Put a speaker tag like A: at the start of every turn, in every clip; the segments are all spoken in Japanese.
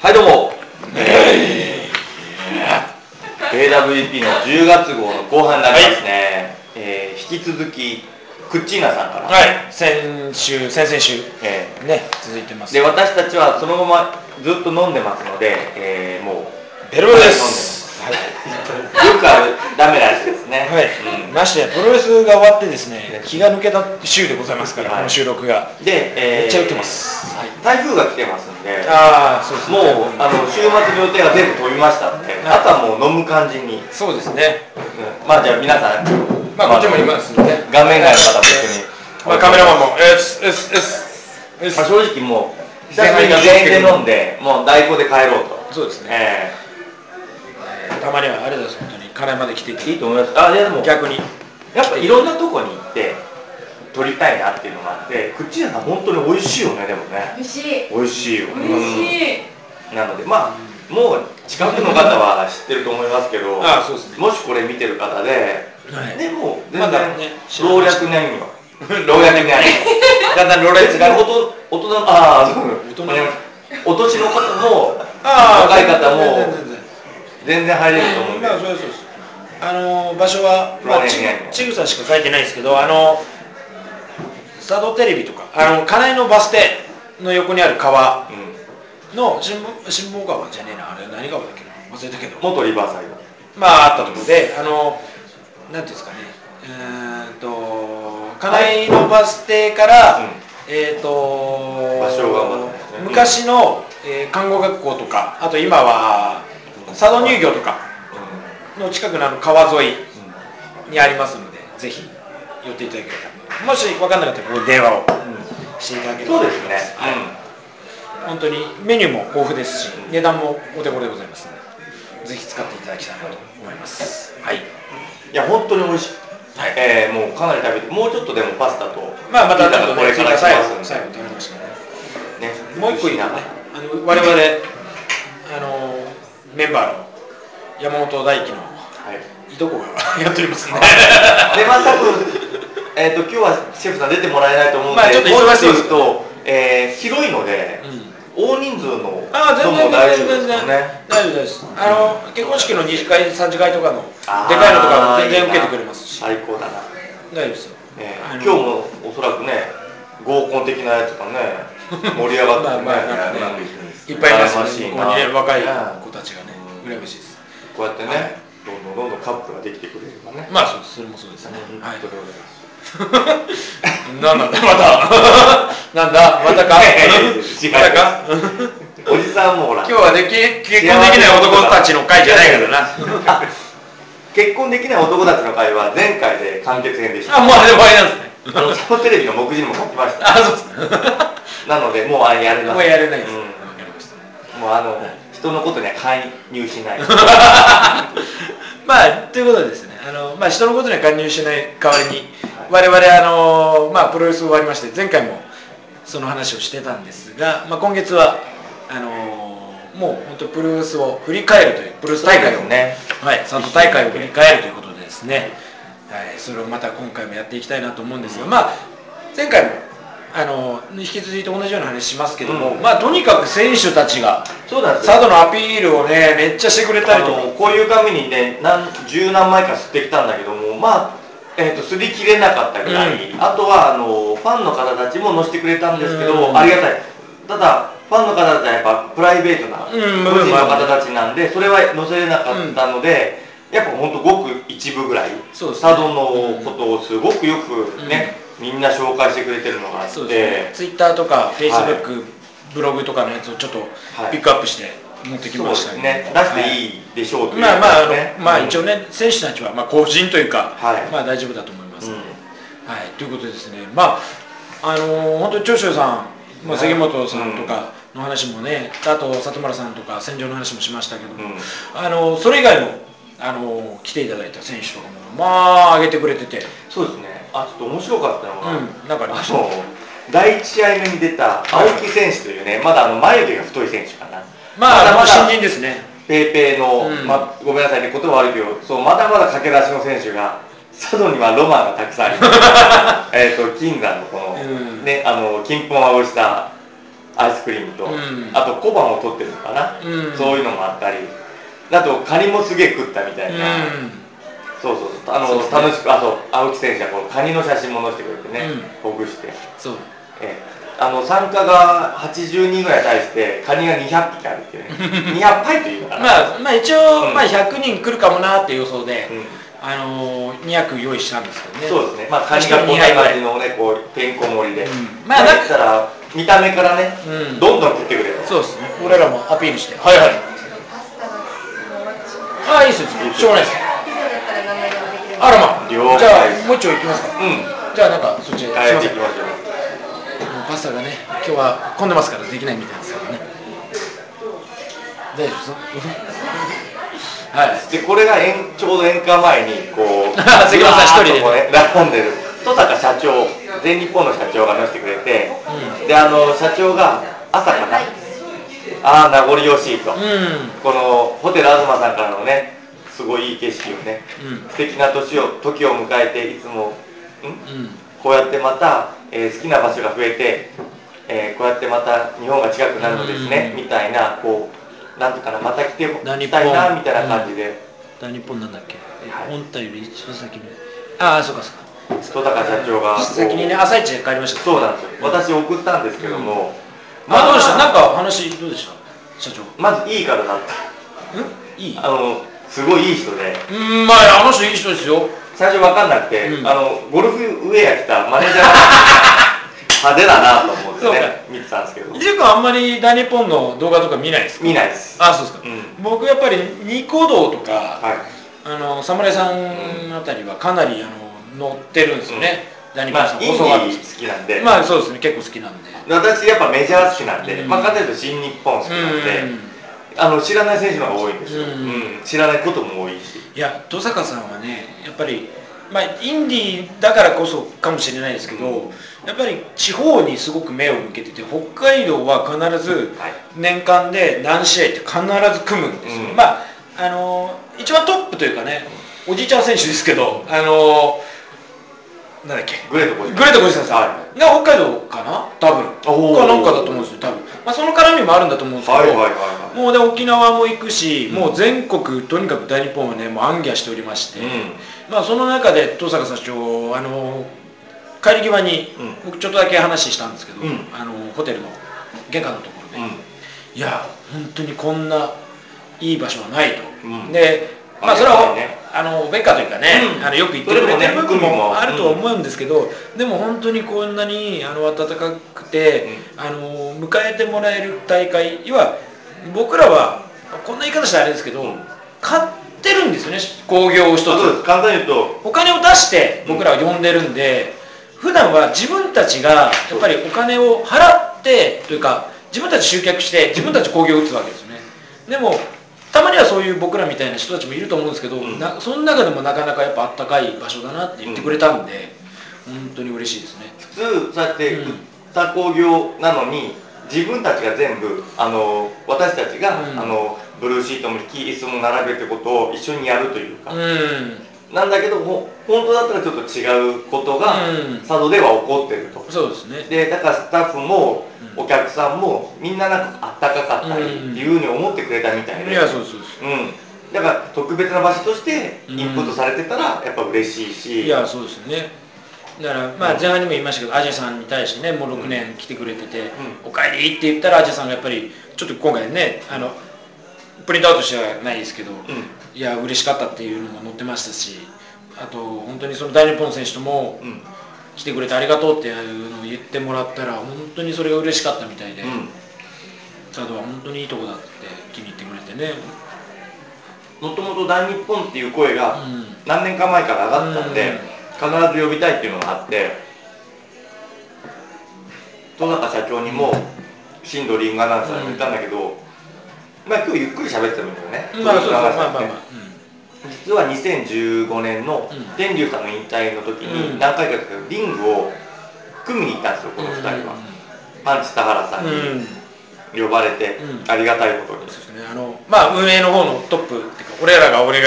A: はいどうも KWP の10月号の後半になりますね、えー引き続きクッチーナさんから、
B: はい、先週、先々週、
A: えー
B: ね、続いてます。
A: で私たちはそのままずっと飲んでますので、えーもう
B: ベロベロです
A: はい飲んでますよくあるダメなやつですね
B: はい、
A: うん
B: ましてやプロレスが終わってですね、気が抜けた週でございますから、
A: はい
B: この収録が。
A: で、えー
B: めっちゃ打ってます
A: はい台風が来てますんで
B: ああ、そうですね。
A: もうあの週末の予定が全部飛びましたんで、
B: い
A: あとはもう飲む感じに、
B: そうですね。
A: うんまあじゃあ皆さん
B: まあ、こっちもいますんでね。
A: 画面外の方も一緒に
B: まあ、カメラマンも、えす、えす、えす、えす
A: まあ、正直もう久しぶりに全員で飲んでもう代行で帰ろうと
B: そうですね。
A: え
B: たまにはあれです、本当に、金まで来ていた
A: え
B: だ
A: い
B: い
A: いと思いますあいやでも
B: て。逆に。
A: やっぱいろんなとこに行って撮りたいなっていうのがあって口屋さん本当に美味しいよねでもね
C: 美味しい
A: 美味しいよ、
C: 美味しい
A: うんなのでまあもう近くの方は知ってると思いますけど
B: あそうですね
A: もしこれ見てる方で、
B: はい
A: ねもう全然、
B: まだね
A: 老若男女老若 男女だんだん老若男女大人のああそう
B: 大人
A: お年の方も
B: あ
A: 若い方も
B: 全然
A: 全
B: 全然全然
A: 然入れると思うんで、
B: まあ、そうですそうですあのー場所は、まあ、ちぐちぐさしか書いてないんですけどあの佐渡テレビとかあの金井のバス停の横にある川
A: うん
B: の新聞新聞川じゃねえなあれ何川だっけな忘れたけど
A: 元リバーサイド
B: まああったところであのなんていうんですかねうーんと金井のバス停から、
A: うん
B: えっ、と
A: 場所がまだですね
B: 昔の、えー看護学校とかあと今は佐渡乳業とかの近くのあの川沿いにありますのでぜひ寄っていただければもし分かんなかったらここに電話をしていただければ
A: そうですね、
B: はい本当にメニューも豊富ですし値段もお手頃でございますのでぜひ使っていただきたいなと思いますはい
A: うんいや本当に美味しい、
B: はい
A: えーもうかなり食べてもうちょっとでもパスタと
B: まあまたちょっと
A: これ
B: ね
A: か
B: 追
A: ら来
B: 加最
A: ま
B: 後
A: す
B: 最
A: ん
B: 後食べましたね
A: でね
B: もう一個い
A: 美味し
B: いか
A: な
B: ねあの我々あのメンバーの山本大輝の
A: はい
B: いとこがやっております ね
A: でまあ多分えっと今日はシェフさん出てもらえないと思うんで、
B: まあちょっと忙しい
A: もうちょっと言うと、えー広いので、
B: うん
A: 大人数の
B: ああ全
A: のも
B: 然
A: 大丈
B: 全
A: 夫ですよ
B: 然全然
A: ね
B: 大丈夫ですあの結婚式の二次会三次会とかの
A: あー
B: でかいのとかも全然受けてくれますし
A: 最高だな、
B: 大丈夫ですよ
A: えー
B: あの
A: 今日もおそらくね合コン的なやつがね 盛り上がって
B: まあ
A: ね
B: まあなんかねいっぱいい
A: 羨
B: ま
A: ますし
B: ね
A: い
B: こ
A: な
B: こにね若い
A: うん
B: 子たちがね羨ましいです
A: こうやってね、
B: はい
A: どんどんどんどんカップができてくれればね。
B: まあそうですそれもそうですねは
A: はいい、それはね
B: なんなんだまた なんだまたか
A: 違う
B: またか
A: おじさんもほら
B: 今日はでき結婚できない男たちの会じゃないからな
A: あ 結婚できない男たちの会は前回で完結編でした
B: あもうあれで終わりなんですね
A: あのサブテレビの目次にも書きました
B: あそうで
A: なのでもうあれやれ
B: す
A: ない
B: ねもうやれないです
A: うん
B: わかりました
A: もうあの人のことには介入し ない
B: まあということでですねあの、まあ、人のことには介入しない代わりに、
A: は
B: 我々あの、まあ、プロレス終わりまして前回もその話をしてたんですが、まあ、今月はあのもう本当プロレスを振り返るというプロレス大会を
A: そうですね
B: はい、佐渡大会を振り返るということでですね、はい、それをまた今回もやっていきたいなと思うんですが、まあ、前回もあの引き続いて同じような話しますけども、
A: うん
B: まあ、とにかく選手たちが
A: そうなんですよ
B: 佐渡のアピールをねめっちゃしてくれた
A: あ
B: りとか
A: のこういう紙にね何十何枚か吸ってきたんだけどもまあえー、とすり切れなかったぐらい、
B: う
A: あとはあのファンの方たちも載せてくれたんですけど、
B: うん
A: ありがたいただファンの方たちはやっぱプライベートな、
B: うん
A: 個人の方たちなんでそれは載せれなかったので、やっぱほんとごく一部ぐらい、
B: そうですね
A: 佐渡のことをすごくよくね、みんな紹介してくれてるのがあって
B: そうですね、ツイッターとかフェイスブ
A: は
B: ック、ブログとかのやつをちょっと
A: はい
B: ピックアップして持ってき
A: そう
B: ま
A: で
B: した
A: す
B: けど
A: ね出していいでしょう
B: は
A: と
B: い
A: いう
B: まあまああの、
A: ね
B: まあ一応ね、選手たちはまあ個人というか、
A: はい
B: まあ大丈夫だと思いますので、
A: うん
B: はい、ということですね、まあ、あのー本当に長州さん、まあ、
A: ね
B: 関本さんとかの話もね、あと里村さんとか、戦場の話もしましたけども、
A: うん
B: あのーそれ以外の、あのー来ていただいた選手とかも、まあ、上げてくれてて、
A: そうですね。あ、ちょっと面白かったのが、
B: うんなんかありま
A: あ
B: した
A: の第1試合目に出た青木選手というね、まだあの眉毛が太い選手かな。
B: まあ、
A: だ
B: ま
A: だ
B: あ、新人ですね。
A: ペーペーの、
B: うん
A: ま、ごめんなさいね、言葉悪いけど、そうまだまだ駆け出しの選手が、佐渡にはロマンがたくさんあります。 えっと、金山のこの、
B: うん
A: ね、あの、金粉をまぶしたアイスクリームと、
B: うん
A: あと小判を取ってるのかな、
B: うん
A: そういうのもあったり、あと、カニもすげえ食ったみたいな、そうそうそう、あの、
B: そうですね
A: 楽しく、あ、そう、青木選手はこのカニの写真も載せてくれてね、ほぐして。
B: そう
A: ええあの参加が80人ぐらいに対してカニが200匹あるって いうね200杯というのかな、
B: まあ、まあ一応、
A: うん
B: まあ、100人来るかもなっていう予想で、
A: うん
B: あのー、200用意したんですけどね
A: そうですね、まあ、カニがこんな感じのねこうてんこ盛りで、
B: うん
A: ま
B: ま
A: あ
B: あ
A: だったら見た目からね、
B: うん
A: どんどん食ってくれよ
B: そうですね俺らもアピールして
A: はいはい
B: ああいいですよしょうがないですあらま
A: 了解
B: じゃあもう一丁いきますか
A: うん
B: じゃあなんかそっちすいま
A: 変えて
B: せ
A: い
B: ん
A: き
B: も
A: ま
B: う
A: しょう
B: パスタがね今日は混んでますからできないみたいですからね大丈夫です はい
A: でこれがえんちょうど宴会前にこう
B: 関本さん一人で
A: うわーっとこうね並んでる戸坂社長全日本の社長が乗せてくれて、
B: う
A: であの社長が朝かなああ名残惜しいと、
B: う
A: このホテル東さんからのねすごいいい景色をね
B: んうん
A: 素敵な年を時を迎えていつもん
B: うん
A: こうやってまた、えー好きな場所が増えて、えーこうやってまた日本が近くなるのですね
B: うん
A: みたいなこうなんとかなまた来ても
B: 何
A: 来たい
B: ポ
A: な
B: ン
A: みたいな感じで、
B: 大日本なんだっけ、え
A: はい
B: 本体より一番先にああそうかそうか
A: 戸高社長がこう
B: 先にね朝一で帰りました
A: そうなんですよ私送ったんですけども、
B: あどうでしたなんか話どうでした社長
A: まずいい方だっ
B: んいい
A: たあのすごいいい人で
B: うんまああの人いい人ですよ
A: 最初分かんなくて、
B: うん
A: あのゴルフウェア着たマネージャーが 派手だなと思って
B: そう
A: ね
B: か
A: 見てたんですけど
B: ジェ君あんまり大日本の動画とか見ないですか
A: 見ないです
B: あそうですか、
A: う
B: 僕やっぱりニコ動とか、
A: はい
B: あの侍さんあたりはかなりあの乗ってるんですよね、大日本
A: ま
B: さ
A: あ
B: ん
A: インデ
B: 放送があるん
A: ィ
B: で
A: ー好きなんで、
B: まあそうですね結構好きなんでう
A: 私やっぱメジャー好きなんで、
B: うん
A: まあかというと新日本好きなんで、
B: ん
A: あの知らない選手の方が多いんですよ、う
B: うん
A: ん知らないことも多いし
B: いや登坂さんはねやっぱり、まあ、インディーだからこそかもしれないですけど、
A: う
B: やっぱり地方にすごく目を向けてて北海道は必ず
A: はい
B: 年間で何試合って必ず組むんですよ、
A: うん
B: まああのー一番トップというかねおじいちゃん選手ですけどあのーなんだっけ
A: グレート
B: グ
A: コーチ
B: レート・ゴジさんさん、
A: は
B: が北海道かな多分
A: おー
B: かなんかだと思うんですよ多分、まあ、その絡みもあるんだと思うんですけど、
A: はいはいはいは
B: もうで沖縄も行くし、
A: うん
B: もう全国とにかく大日本はねもう暗ャしておりまして、
A: うん
B: まあその中で登坂社長あの帰り際に、
A: う
B: 僕ちょっとだけ話したんですけど、
A: うん
B: あのホテルの玄関のところで、
A: う
B: いや本当にこんないい場所はないと、
A: うん
B: でまあ
A: あ
B: それは、
A: やっぱりね
B: あのベッカーというかね、
A: うん
B: あのよく言ってくれてる部分
A: それもね
B: もあると思うんですけど、でも本当にこんなにあの温かくて、あの迎えてもらえる大会要は僕らはこんな言い方したらあれですけど、
A: うん
B: 買ってるんですよね興行を一
A: ん、あそうで
B: つ
A: す簡単に言うと
B: お金を出して僕らは呼んでるんで、普段は自分たちがやっぱりお金を払ってというか自分たち集客して自分たち興行を打つわけですよねでもたまにはそういう僕らみたいな人たちもいると思うんですけど、
A: ん
B: なその中でもなかなかやっぱあったかい場所だなって言ってくれたんで、本当に嬉しいですね
A: 普通そうやって
B: うん
A: 売った工業なのに自分たちが全部あの私たちが、
B: うん
A: あのブルーシートもキー椅子も並べるってことを一緒にやるというか、
B: う
A: なんだけどほ本当だったらちょっと違うことが、
B: うん
A: 佐渡では起こってると
B: んそうですね
A: でだからスタッフも、
B: うん
A: お客さんもみんななんかあったかかったりって
B: うん
A: いうふうに思ってくれたみたいで、
B: いやそうそうそ
A: うん、だから特別な場所として
B: うん
A: インプットされてたらやっぱ嬉しいうし
B: いやそうですねだからまあ前半にも言いましたけどアジェさんに対してねもう6年来てくれてて「おかえり」って言ったらアジェさんがやっぱりちょっと今回ねあのプリントアウトしてはないですけど
A: う
B: いや嬉しかったっていうのも載ってましたしあと本当にその大日本の選手とも
A: ん、うん
B: 来てくれてありがとうっていうのを言ってもらったら本当にそれが嬉しかったみたいで
A: うん
B: 佐渡は本当にいいとこだって気に入ってくれてね
A: もともと大日本っていう声が
B: うん
A: 何年か前から上がったんで、必ず呼びたいっていうのがあって戸坂社長にも新藤リンガアナウンサーにも言ったんだけど、まあ今日ゆっくり喋ってたんだよね、
B: まあそうそうまあまあまあ
A: ね実は2015年の
B: うん
A: 天竜さんの引退の時
B: う
A: に
B: ん
A: 何回かリングを組みに行ったんですよこの2人は、
B: う
A: パンチ田原さん
B: ん
A: に、
B: うん
A: 呼ばれて、
B: うん
A: ありがたいことに
B: そうですねあのまあ運営の方のトップっていうか俺らがお願い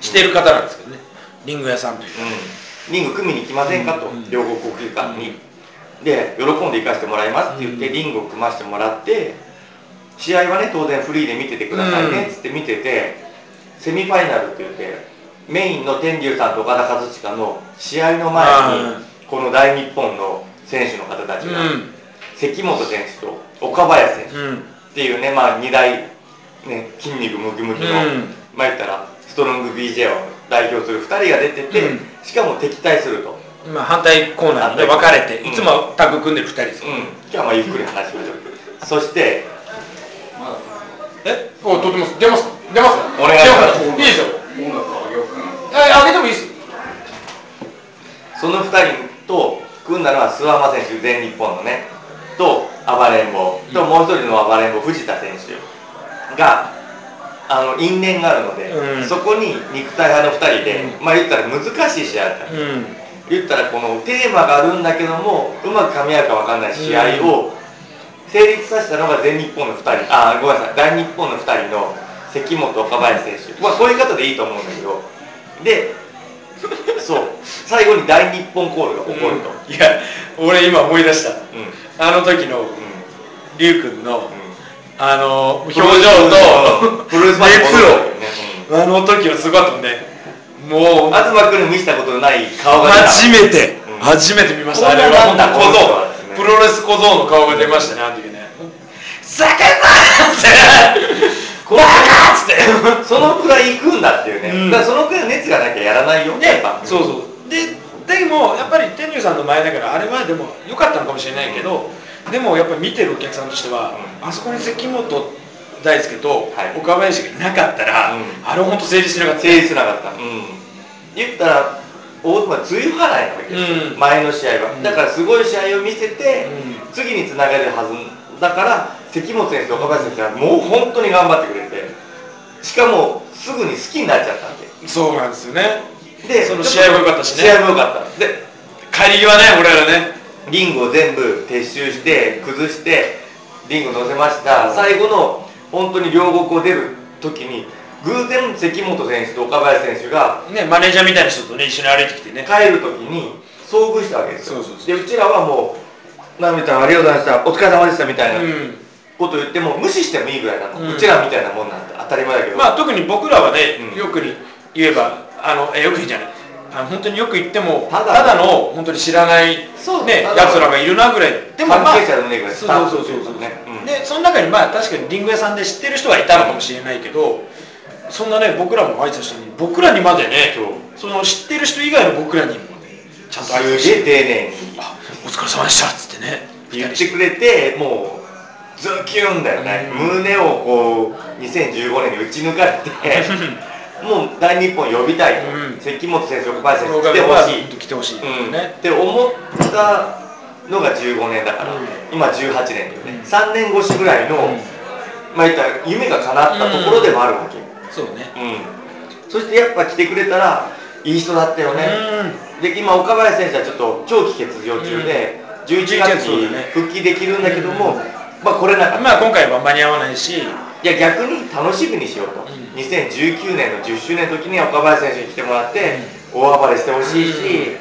B: してる方なんですけどね、リング屋さんという、
A: うん、リング組みに来ませんかと、
B: うん
A: 両国国技館に、で喜んで行かせてもらいますって言って、
B: うん
A: リングを組ませてもらって試合はね当然フリーで見ててくださいねっつって見てて、セミファイナルって言ってメインの天竜さんと岡田和親の試合の前
B: う
A: にこの大日本の選手の方たちが、関本選手と岡林選手
B: うんうん
A: っていうね、まあ、2大、ね、筋肉ムキムキの、
B: うん
A: まあ言ったらストロング BJ を代表する2人が出てて、
B: うん
A: しかも敵対すると、うん、
B: まあ、反対コーナーで分かれて、
A: うん
B: いつもタッグ組んでる2人です、
A: 今日はまあゆっくり話しましょうそして
B: えお撮ってます出ます出ます
A: お願いします
B: 出いですよ
C: 音楽を上げようかな
B: えあげてもいいです
A: その2人と組んだのは諏訪間選手全日本のねと暴れん坊ともう一人の暴れん坊藤田選手があの因縁があるので、
B: うん
A: そこに肉体派の2人で、
B: う
A: まあ言ったら難しい試合だったんです
B: うん
A: 言ったらこのテーマがあるんだけどもうまく噛み合うか分かんない試合を成立させたのが全日本の2人あーごめんなさい大日本の2人の関本岡林選手まあこういう方でいいと思うんだけどでそう最後に大日本コールが起こると、
B: うんいや俺今思い出した
A: うんうん
B: あの時の龍君のあの表情と
A: プロレスマッチ
B: 熱
A: 戻るんだよ
B: を
A: ね
B: あの時はすごかったもんね
A: う
B: もうん
A: 東君に見せたことのない顔が出た
B: 初めて、
A: うん
B: 初めて見ました
A: こ
B: あ
A: んな
B: れ
A: ん
B: は本
A: なんだ
B: 当小
A: この人はですね
B: 僧プロレス小僧の顔が出ましたねあの時ね「叫んだ!」 って「わー!」っつって
A: そのくらい行くんだっていうね、
B: うん
A: だからそのくらい熱がなきゃやらないよやっ
B: で
A: ぱ、
B: そうそうででもやっぱり天竜さんの前だからあれはでも良かったのかもしれないけど、でもやっぱり見てるお客さんとしては、あそこに関本大輔と
A: はい
B: 岡林がいなかったら、
A: うん
B: あれ本当成立しなかった
A: 成立しなかった、言ったら大妻は梅雨払いなわけですよ、
B: うん
A: 前の試合は、
B: うん
A: だからすごい試合を見せて、
B: う
A: 次につながるはずだから関本選手と岡林選手はもう本当に頑張ってくれてしかもすぐに好きになっちゃったんで
B: そうなんですよね
A: で
B: その試合も良かったしね
A: 試合も良かったで
B: 帰り際ね俺らね
A: リングを全部撤収して崩してリング乗せました、最後の本当に両国を出る時に偶然関本選手と岡林選手が
B: ねマネージャーみたいな人とね一緒に歩いてきてね
A: 帰る時に遭遇したわけですよ
B: そうそうそう
A: でうちらはもう「なみちゃんありがとうございましたお疲れ様でした」みたいな
B: うん
A: こと言っても無視してもいいぐらいなの、う
B: うん
A: ちらみたいなもんなんて当たり前だけど、
B: まあ特に僕らはね、
A: うん
B: よくに言えばあのえよく言うじゃないあの本当によく言っても
A: た
B: た
A: だ
B: だの本当に知らない、ね、
A: そうただ
B: やつらがいるなぐらいでまあ
A: 関係者のねぐらい
B: そうそうそうそう
A: スタッフというかねうん
B: でその中にまあ確かにリング屋さんで知ってる人はいたのかもしれないけど、そんなね僕らも挨拶したのに僕らにまでねその知ってる人以外の僕らにもねちゃんと挨拶
A: す
B: し
A: げえ
B: て
A: 丁寧に
B: あお疲れ様でしたっつってね
A: 言ってくれてもうズキュンだよね、
B: うん
A: 胸をこう2015年に打ち抜かれてもう大日本呼びたいと、
B: うん
A: 関本選手岡林
B: そ
A: 選
B: の
A: 手
B: お
A: 来て
B: かげ
A: ほ
B: は
A: しい
B: 来てほしい、
A: うん
B: ね
A: って思ったのが15年だから、
B: うん
A: 今18年だよね、
B: うん
A: 3年越しぐらいの、
B: うん
A: まあ言ったら夢が叶ったところでもあるわけ、う
B: そうね
A: んそしてやっぱ来てくれたらいい人だったよね、で今岡林選手はちょっと長期欠場中で、11月
B: そう
A: に
B: だね
A: 復帰できるんだけども、
B: うん
A: まあ来れなかった、
B: まあ今回は間に合わないし、
A: いや逆に楽しみにしようと、
B: ん
A: 2019年の10周年の時には岡林選手に来てもらって、大暴れしてほしいし、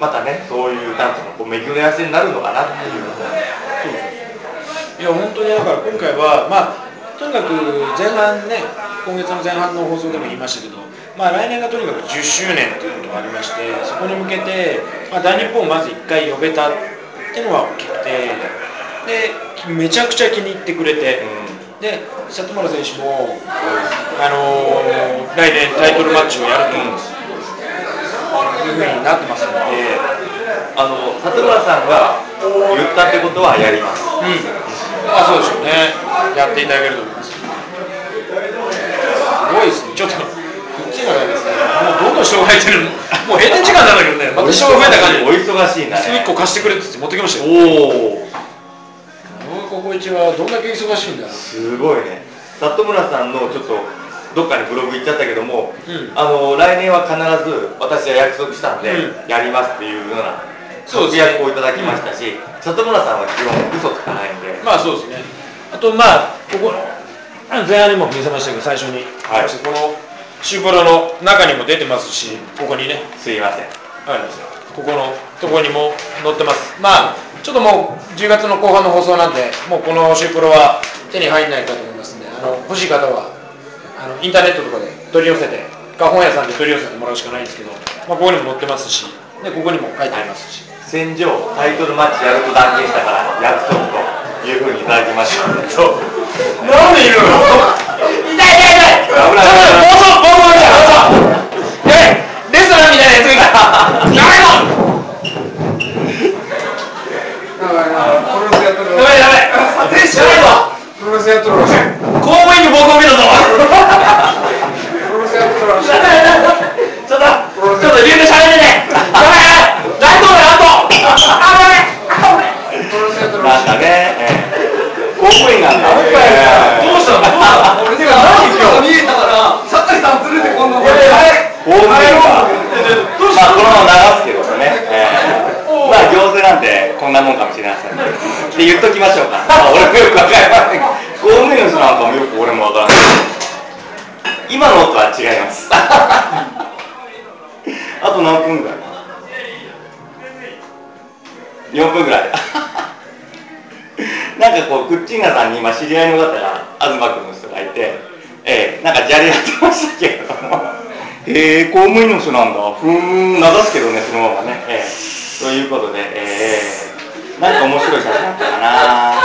A: またねそういうなんていうのこう巡り合わせになるのかなっていう、
B: いや本当にだから今回はまあとにかく前半ね今月の前半の放送でも言いましたけど、まあ来年がとにかく10周年ということがありましてそこに向けて、まあ、大日本をまず1回呼べたっていうのは大きくてでめちゃくちゃ気に入ってくれて、で里村選手もあのー来年タイトルマッチをやるというふうになってますので、
A: あの里村さんが言ったってことはやります
B: うん、あそうでしょうね、やっていただけると思います。すごいですね、ちょっと、こっちがですね、もうどんどん人が入ってるの、もう閉店時間なんだけどね、また人が増えた感
A: お
B: じ、
A: 忙しいな
B: 椅子一個貸してくれって言って持ってきましたよ、
A: おお
B: ここ一はどんだけ忙しいんだ、
A: すごいね里村さんのちょっとどっかにブログ行っちゃったけども、
B: うん
A: あの来年は必ず私は約束したんで、
B: う
A: やりますっていうような
B: そうです
A: 約
B: ね
A: をいただきましたし、里村さんは基本嘘つかないんで、
B: まあそうですね、あとまあここあの前半にも見せましたけど最初に、
A: はい
B: このシュープロの中にも出てますしここにね
A: すいません
B: あるんですよここのところにも載ってますまあちょっともう10月の後半の放送なんでもうこのシュープロは手に入んないかと思いますんであの欲しい方はあのインターネットとかで取り寄せてか本屋さんで取り寄せてもらうしかないんですけど、まあ、ここにも載ってますしでここにも書いてありますし
A: 戦場タイトルマッチやると断言したから約束というふうにいただきましたので
B: そうなんで言うの
C: 痛い痛い痛い
A: 危ない危
B: 暴走暴走暴走
A: ない
B: やべレストランみたいなやつがいたやべろやべやべ
C: だからプロレスやってる
B: やべ
C: プロレスやってる
B: 公務員に暴行を受けたぞ
C: プロレスやってるらしい
B: ちょっとちょっと理由で喋れねえやべ大統領あとあや
C: プロレスやってるら
A: な
C: し
A: んか
C: い
A: ね、えー、公務員なんだ
B: べどうしたのどうしたの
C: 俺てか何今日見えたから酒井さん連れてこんなこと
A: 公務員がまあこのまま流すけどね、えーまあ行政なんてこんなもんかもしれませんって言っときましょうか、まあ、俺もよくわかりません公務員の人なんかもよく俺もわからない今の音は違いますあと何分ぐらい4分ぐらいなんかこうクッチンガさんに今知り合いの方が東君の人がいてええなんか砂利やってましたけれどもへえ公務員の人なんだふーん流すけどねそのままねええということでええなんか面白い写真だったかな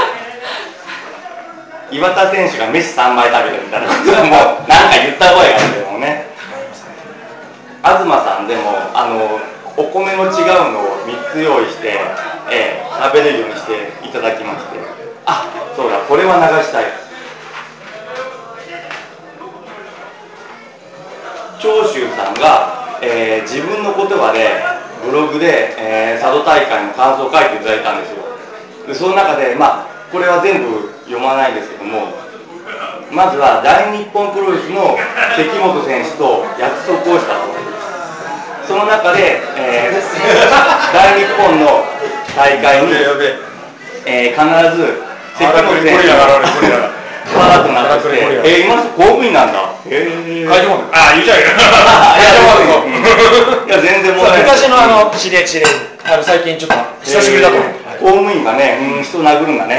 A: 岩田選手が飯3杯食べてみたいなこともうなんか言った声があるけどもね東さんでもあのお米の違うのを3つ用意して、ええ食べれるようにしていただきましてあそうだこれは流したい長州さんが、えー自分の言葉でブログで、えー佐渡大会の感想を書いていただいたんですよでその中でまあこれは全部読まないんですけどもまずは大日本プロレスの関本選手と約束をしたとその中で、 えー大日本の大会に、えー必ず関本選手
B: あ
A: が
B: らこれこれやがらこ
A: パラとなってきて
B: あらこれこれ
A: えー今の人公務員なんだへえ
B: 書いてもらうああ言うじゃん
A: いや
B: 書いてもらうぞ
A: いや全然問題ない
B: 昔のあの知り合い知り合いあの最近ちょっと久しぶりだと思う、
A: 公務員がね、うん、人殴るんだ ね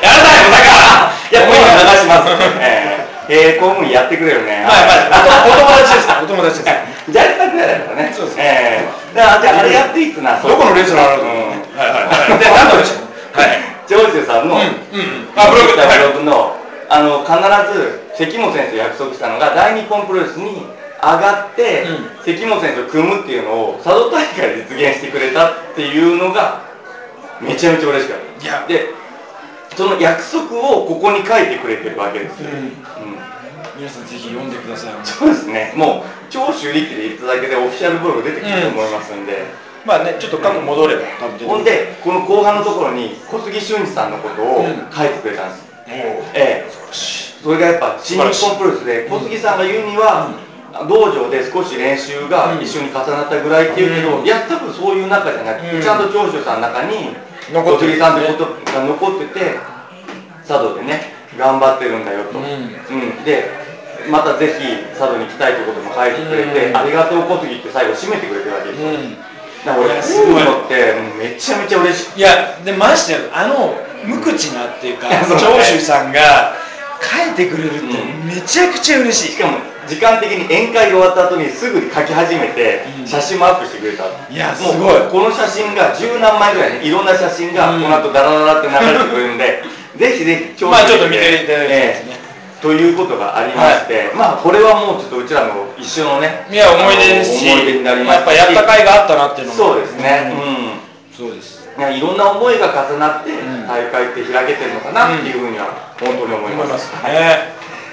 A: やらないよだからいや、
B: 公
A: 公
B: 務
A: 務
B: 員
A: 員
B: は
A: 流しますえ ーえー公務員やってくれるね
B: はいはいお友達ですお友達です
A: じゃあやりたくないからね
B: そうそう
A: えーだからじゃああれやっていいってな
B: どこのレストランあるの
A: うん
B: はいはい
A: はい
B: で、なんとですはい。
A: ジョージさんの、
B: うんうん
A: あブログだ
B: はい
A: ブログのあの必ず関本選手と約束したのが大日本プロレスに上がって、
B: う
A: 関本選手と組むっていうのを佐渡大会で実現してくれたっていうのがめちゃめちゃ嬉しかった
B: いや
A: でその約束をここに書いてくれてるわけですよ、うん
B: 皆さんぜひ読んでください。
A: そうですねもう長州力で言っただけでオフィシャルブログ出てくると思いますんで、
B: まあね、ちょっと過去戻れば、多分出てくる
A: ほんでこの後半のところに小杉俊二さんのことを書いてくれたんです、
B: もう、
A: ええ
B: 素晴らしい。
A: それがやっぱ新日本プロレスで小杉さんが言うには、道場で少し練習が一緒に重なったぐらいっていうけど、
B: うん
A: いや多分そういう中じゃなくて、
B: うん
A: ちゃんと長州さんの中に
B: 残
A: 小
B: ってる
A: 杉さんってことが残ってて佐渡でね頑張ってるんだよと、う
B: う
A: んんでまたぜひ佐渡に来たいってことも書いてくれて、
B: うん
A: ありがとう小杉って最後締めてくれてるわけですよ、
B: うん。
A: だから俺すごいのってめちゃめちゃ嬉しくて
B: いや、で、ましてや、あの、無口なっていうか、
A: そうね
B: 長州さんが書いてくれるって
A: う、
B: めちゃくちゃ嬉し
A: しかも時間的に宴会が終わった後にすぐに書き始めて
B: うん
A: 写真もアップしてくれた、
B: い。いや、す
A: もう
B: ごい。
A: この写真が十何枚ぐらいねいろんな写真が
B: うん
A: この後ダラダラって流れてくるん で、ぜひぜひ
B: まあちょっと見ていただいて
A: ええということがありまして、まあこれはもうちょっとうちらの一緒のね
B: いや、思い出ですし、
A: 思い出になりま
B: や
A: し
B: ったぱ
A: し
B: やった甲斐があったなっていうのも。
A: そうですね
B: うん
A: うん、
B: そうです。
A: いやいろんな思いが重なって
B: ん
A: 大会って開けてるのかなっていうふうには本当に思いま
B: 思い
A: す,、
B: ますね。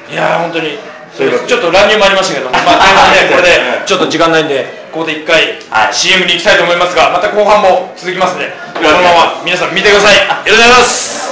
B: いやー本当に
A: そういうこと
B: ちょっと乱入もありましたけど、まあ、前半ね、これで
A: うん
B: ちょっと時間ないんで、ここで一回
A: はい
B: CM に行きたいと思いますが、また後半も続きますんで、このまま皆さん見てください。ありがとうございます。